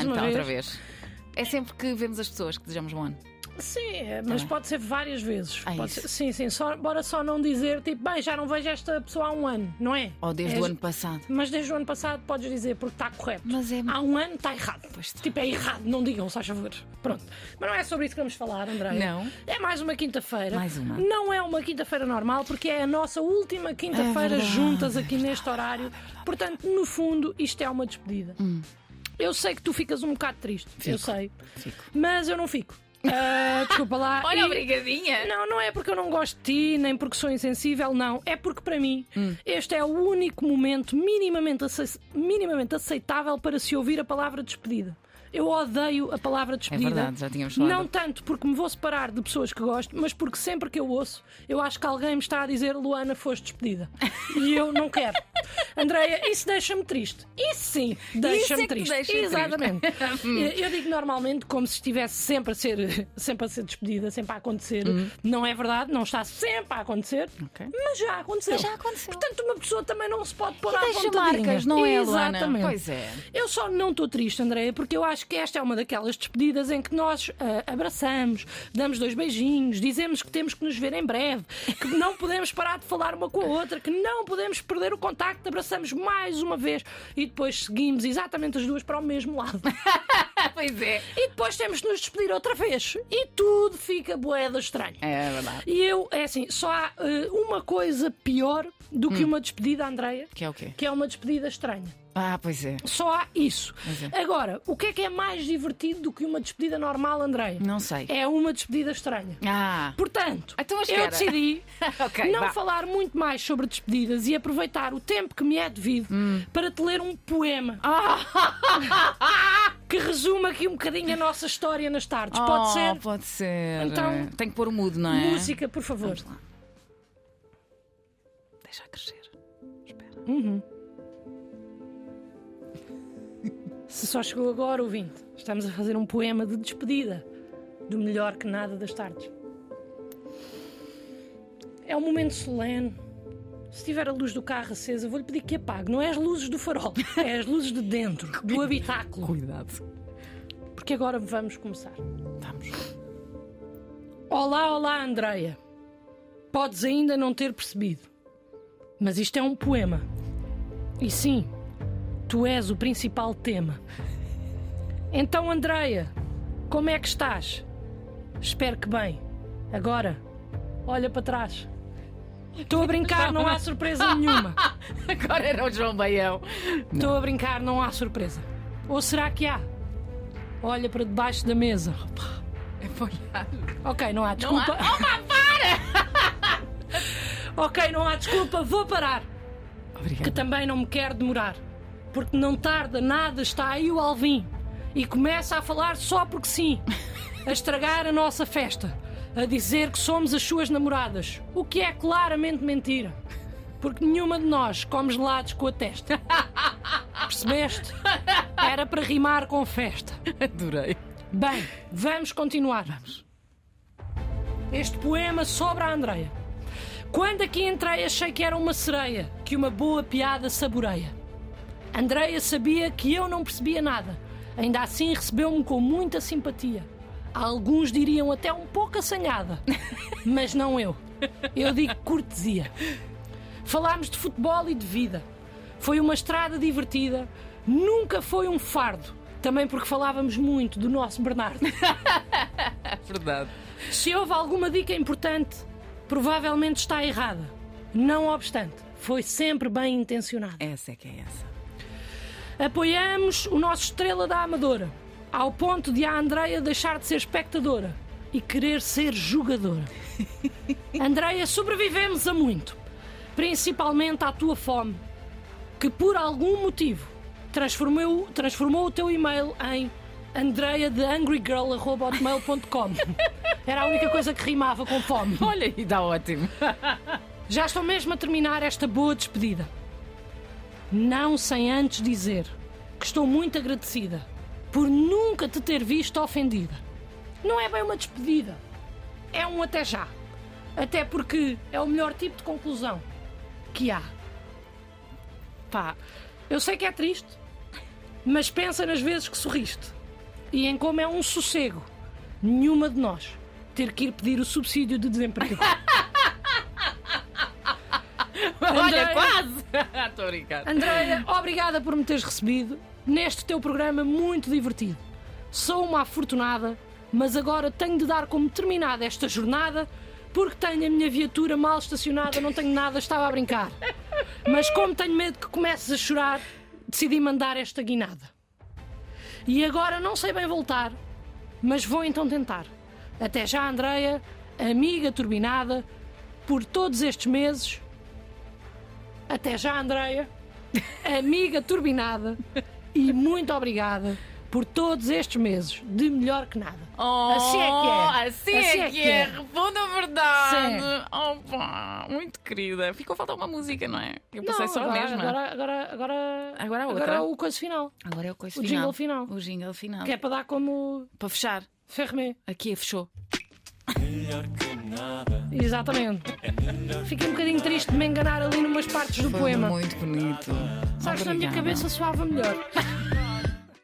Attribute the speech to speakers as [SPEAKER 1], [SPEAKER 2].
[SPEAKER 1] então, vez. É sempre que vemos as pessoas que desejamos bom ano.
[SPEAKER 2] Sim, é, mas
[SPEAKER 1] Tá bem.
[SPEAKER 2] pode ser várias vezes.
[SPEAKER 1] Ah,
[SPEAKER 2] Pode
[SPEAKER 1] isso.
[SPEAKER 2] ser- sim, sim. Só, bora só não dizer tipo, bem, já não vejo esta pessoa há um ano, não é?
[SPEAKER 1] Ou Oh, desde
[SPEAKER 2] És-
[SPEAKER 1] o ano passado.
[SPEAKER 2] Mas desde o ano passado podes dizer, porque está correto.
[SPEAKER 1] Mas é-
[SPEAKER 2] Há um ano está errado.
[SPEAKER 1] Pois está.
[SPEAKER 2] Tipo, é errado, não digam, se faz favor. Pronto. Mas não é sobre isso que vamos falar, André.
[SPEAKER 1] Não.
[SPEAKER 2] É mais uma quinta-feira.
[SPEAKER 1] Mais uma.
[SPEAKER 2] Não é uma quinta-feira normal, porque é a nossa última
[SPEAKER 1] É
[SPEAKER 2] quinta-feira
[SPEAKER 1] verdade,
[SPEAKER 2] juntas aqui neste horário. Portanto, no fundo, isto é uma despedida. Eu sei que tu ficas um bocado triste. Eu sei.
[SPEAKER 1] Hum. Fico.
[SPEAKER 2] Mas eu não fico. Ah, desculpa lá. E-
[SPEAKER 1] obrigadinha!
[SPEAKER 2] não, não é porque eu não gosto de ti, nem porque sou insensível, não. É porque, para mim,
[SPEAKER 1] Hum.
[SPEAKER 2] este é o único momento minimamente, ace- minimamente aceitável para se ouvir a palavra despedida. Eu odeio a palavra despedida.
[SPEAKER 1] É verdade, já tínhamos falado.
[SPEAKER 2] Não tanto porque me vou separar de pessoas que gosto, mas porque sempre que eu ouço, eu acho que alguém me está a dizer Luana, foste despedida. E eu não quero. Andreia, isso deixa-me triste. Isso sim,
[SPEAKER 1] Isso é
[SPEAKER 2] deixa-me
[SPEAKER 1] que
[SPEAKER 2] triste.
[SPEAKER 1] deixa triste.
[SPEAKER 2] Exatamente. Eu- Eu digo normalmente como se estivesse sempre a ser, sempre a ser despedida, sempre a acontecer. Não é verdade, não está sempre a acontecer,
[SPEAKER 1] Ok.
[SPEAKER 2] mas já aconteceu.
[SPEAKER 1] Mas já aconteceu.
[SPEAKER 2] Portanto, uma pessoa também não se pode pôr
[SPEAKER 1] E
[SPEAKER 2] à
[SPEAKER 1] deixa
[SPEAKER 2] vontadinha.
[SPEAKER 1] marcas, não é, Luana?
[SPEAKER 2] Exatamente.
[SPEAKER 1] Pois é.
[SPEAKER 2] Eu só não estou triste, Andréia, porque eu acho que esta é uma daquelas despedidas em que nós ah, abraçamos, damos dois beijinhos, dizemos que temos que nos ver em breve, que não podemos parar de falar uma com a outra, que não podemos perder o contacto, abraçamos mais uma vez e depois seguimos exatamente as duas para o mesmo lado.
[SPEAKER 1] pois é.
[SPEAKER 2] E depois temos de nos despedir outra vez. E tudo fica boeda estranha.
[SPEAKER 1] É verdade.
[SPEAKER 2] E eu, é assim, só há eh, uma coisa pior do
[SPEAKER 1] Hum.
[SPEAKER 2] que uma despedida, Andreia,
[SPEAKER 1] Que é o quê?
[SPEAKER 2] que é uma despedida estranha.
[SPEAKER 1] Ah, pois é.
[SPEAKER 2] Só há isso.
[SPEAKER 1] Mas é.
[SPEAKER 2] Agora, o que é que é mais divertido do que uma despedida normal, Andreia?
[SPEAKER 1] Não sei.
[SPEAKER 2] É uma despedida estranha.
[SPEAKER 1] Ah.
[SPEAKER 2] Portanto,
[SPEAKER 1] Então, espera.
[SPEAKER 2] eu decidi
[SPEAKER 1] Ok,
[SPEAKER 2] não
[SPEAKER 1] vá.
[SPEAKER 2] falar muito mais sobre despedidas e aproveitar o tempo que me é devido
[SPEAKER 1] Hum.
[SPEAKER 2] para te ler um poema que resume aqui um bocadinho a nossa história nas tardes. Pode
[SPEAKER 1] Ah. Oh,
[SPEAKER 2] ser?
[SPEAKER 1] Pode ser.
[SPEAKER 2] Então-
[SPEAKER 1] Tem que pôr o mudo, não é?
[SPEAKER 2] Música, por favor.
[SPEAKER 1] Vamos lá. Deixa crescer. Espera.
[SPEAKER 2] Se só chegou agora, ouvinte, estamos a fazer um poema de despedida do melhor que nada das tardes. É um momento solene. Se tiver a luz do carro acesa, vou-lhe pedir que apague. Não é as luzes do farol, é as luzes de dentro, do habitáculo.
[SPEAKER 1] Cuidado.
[SPEAKER 2] Porque agora vamos começar.
[SPEAKER 1] Vamos.
[SPEAKER 2] Olá, olá, Andreia. Podes ainda não ter percebido, mas isto é um poema. E sim, tu és o principal tema. Então, Andreia, como é que estás? Espero que bem. Agora, olha para trás. Estou a brincar, não há surpresa nenhuma.
[SPEAKER 1] Agora era o João Baião.
[SPEAKER 2] Estou a brincar, não há surpresa. Ou será que há? Olha para debaixo da mesa.
[SPEAKER 1] É apoiado.
[SPEAKER 2] Ok, não há desculpa.
[SPEAKER 1] Oh, pá, para!
[SPEAKER 2] Ok, não há desculpa, vou parar. que
[SPEAKER 1] Obrigada.
[SPEAKER 2] também não me quer demorar, porque não tarda nada, está aí o Alvin e começa a falar só porque sim, a estragar a nossa festa, a dizer que somos as suas namoradas, o que é claramente mentira, porque nenhuma de nós come gelados com a testa. Percebeste? Era para rimar com festa.
[SPEAKER 1] Adorei.
[SPEAKER 2] Bem, vamos continuar. Este poema sobre a Andreia. Quando aqui entrei, achei que era uma sereia que uma boa piada saboreia. Andreia sabia que eu não percebia nada. Ainda assim, recebeu-me com muita simpatia. Alguns diriam até um pouco assanhada, mas não eu. Eu digo cortesia. Falámos de futebol e de vida. Foi uma estrada divertida, nunca foi um fardo. Também porque falávamos muito do nosso Bernardo.
[SPEAKER 1] É verdade.
[SPEAKER 2] Se houve alguma dica importante, provavelmente está errada. Não obstante, foi sempre bem intencionada.
[SPEAKER 1] Essa é que é essa.
[SPEAKER 2] Apoiamos o nosso estrela da Amadora, ao ponto de a Andreia deixar de ser espectadora e querer ser jogadora. Andreia, sobrevivemos a muito, principalmente à tua fome, que por algum motivo transformou, transformou o teu e-mail em andreadeangrygirl.com. Era a única coisa que rimava com fome.
[SPEAKER 1] Olha, e dá ótimo.
[SPEAKER 2] Já estou mesmo a terminar esta boa despedida. Não sem antes dizer que estou muito agradecida por nunca te ter visto ofendida. Não é bem uma despedida, é um até já. Até porque é o melhor tipo de conclusão que há. Pá, eu sei que é triste, mas pensa nas vezes que sorriste. E em como é um sossego, nenhuma de nós ter que ir pedir o subsídio de desemprego.
[SPEAKER 1] Olha,
[SPEAKER 2] Andréia.
[SPEAKER 1] quase! Estou a brincar.
[SPEAKER 2] Andréia, obrigada por me teres recebido neste teu programa muito divertido. Sou uma afortunada, mas agora tenho de dar como terminada esta jornada porque tenho a minha viatura mal estacionada, não tenho nada, estava a brincar. Mas como tenho medo que comeces a chorar, decidi mandar esta guinada. E agora não sei bem voltar, mas vou então tentar. Até já, Andreia, amiga turbinada, por todos estes meses. Até já, Andreia, amiga turbinada, e muito obrigada por todos estes meses de melhor que nada.
[SPEAKER 1] Oh,
[SPEAKER 2] Assim é que é.
[SPEAKER 1] Assim, é que é. Responda a verdade.
[SPEAKER 2] Sim.
[SPEAKER 1] Opa, muito querida. Ficou a faltar uma música, não é? Eu passei
[SPEAKER 2] Não,
[SPEAKER 1] só a
[SPEAKER 2] agora,
[SPEAKER 1] mesma.
[SPEAKER 2] Agora, agora, agora,
[SPEAKER 1] Agora a outra.
[SPEAKER 2] agora o coisa final,
[SPEAKER 1] Agora é o coisa
[SPEAKER 2] O
[SPEAKER 1] final.
[SPEAKER 2] jingle final.
[SPEAKER 1] O jingle final.
[SPEAKER 2] que é para dar como
[SPEAKER 1] Para fechar.
[SPEAKER 2] ferremê.
[SPEAKER 1] Aqui é fechou.
[SPEAKER 2] Exatamente. Fiquei um bocadinho triste de me enganar ali numas partes do poema.
[SPEAKER 1] Muito bonito.
[SPEAKER 2] Sabes, na minha
[SPEAKER 1] Obrigada.
[SPEAKER 2] cabeça soava melhor.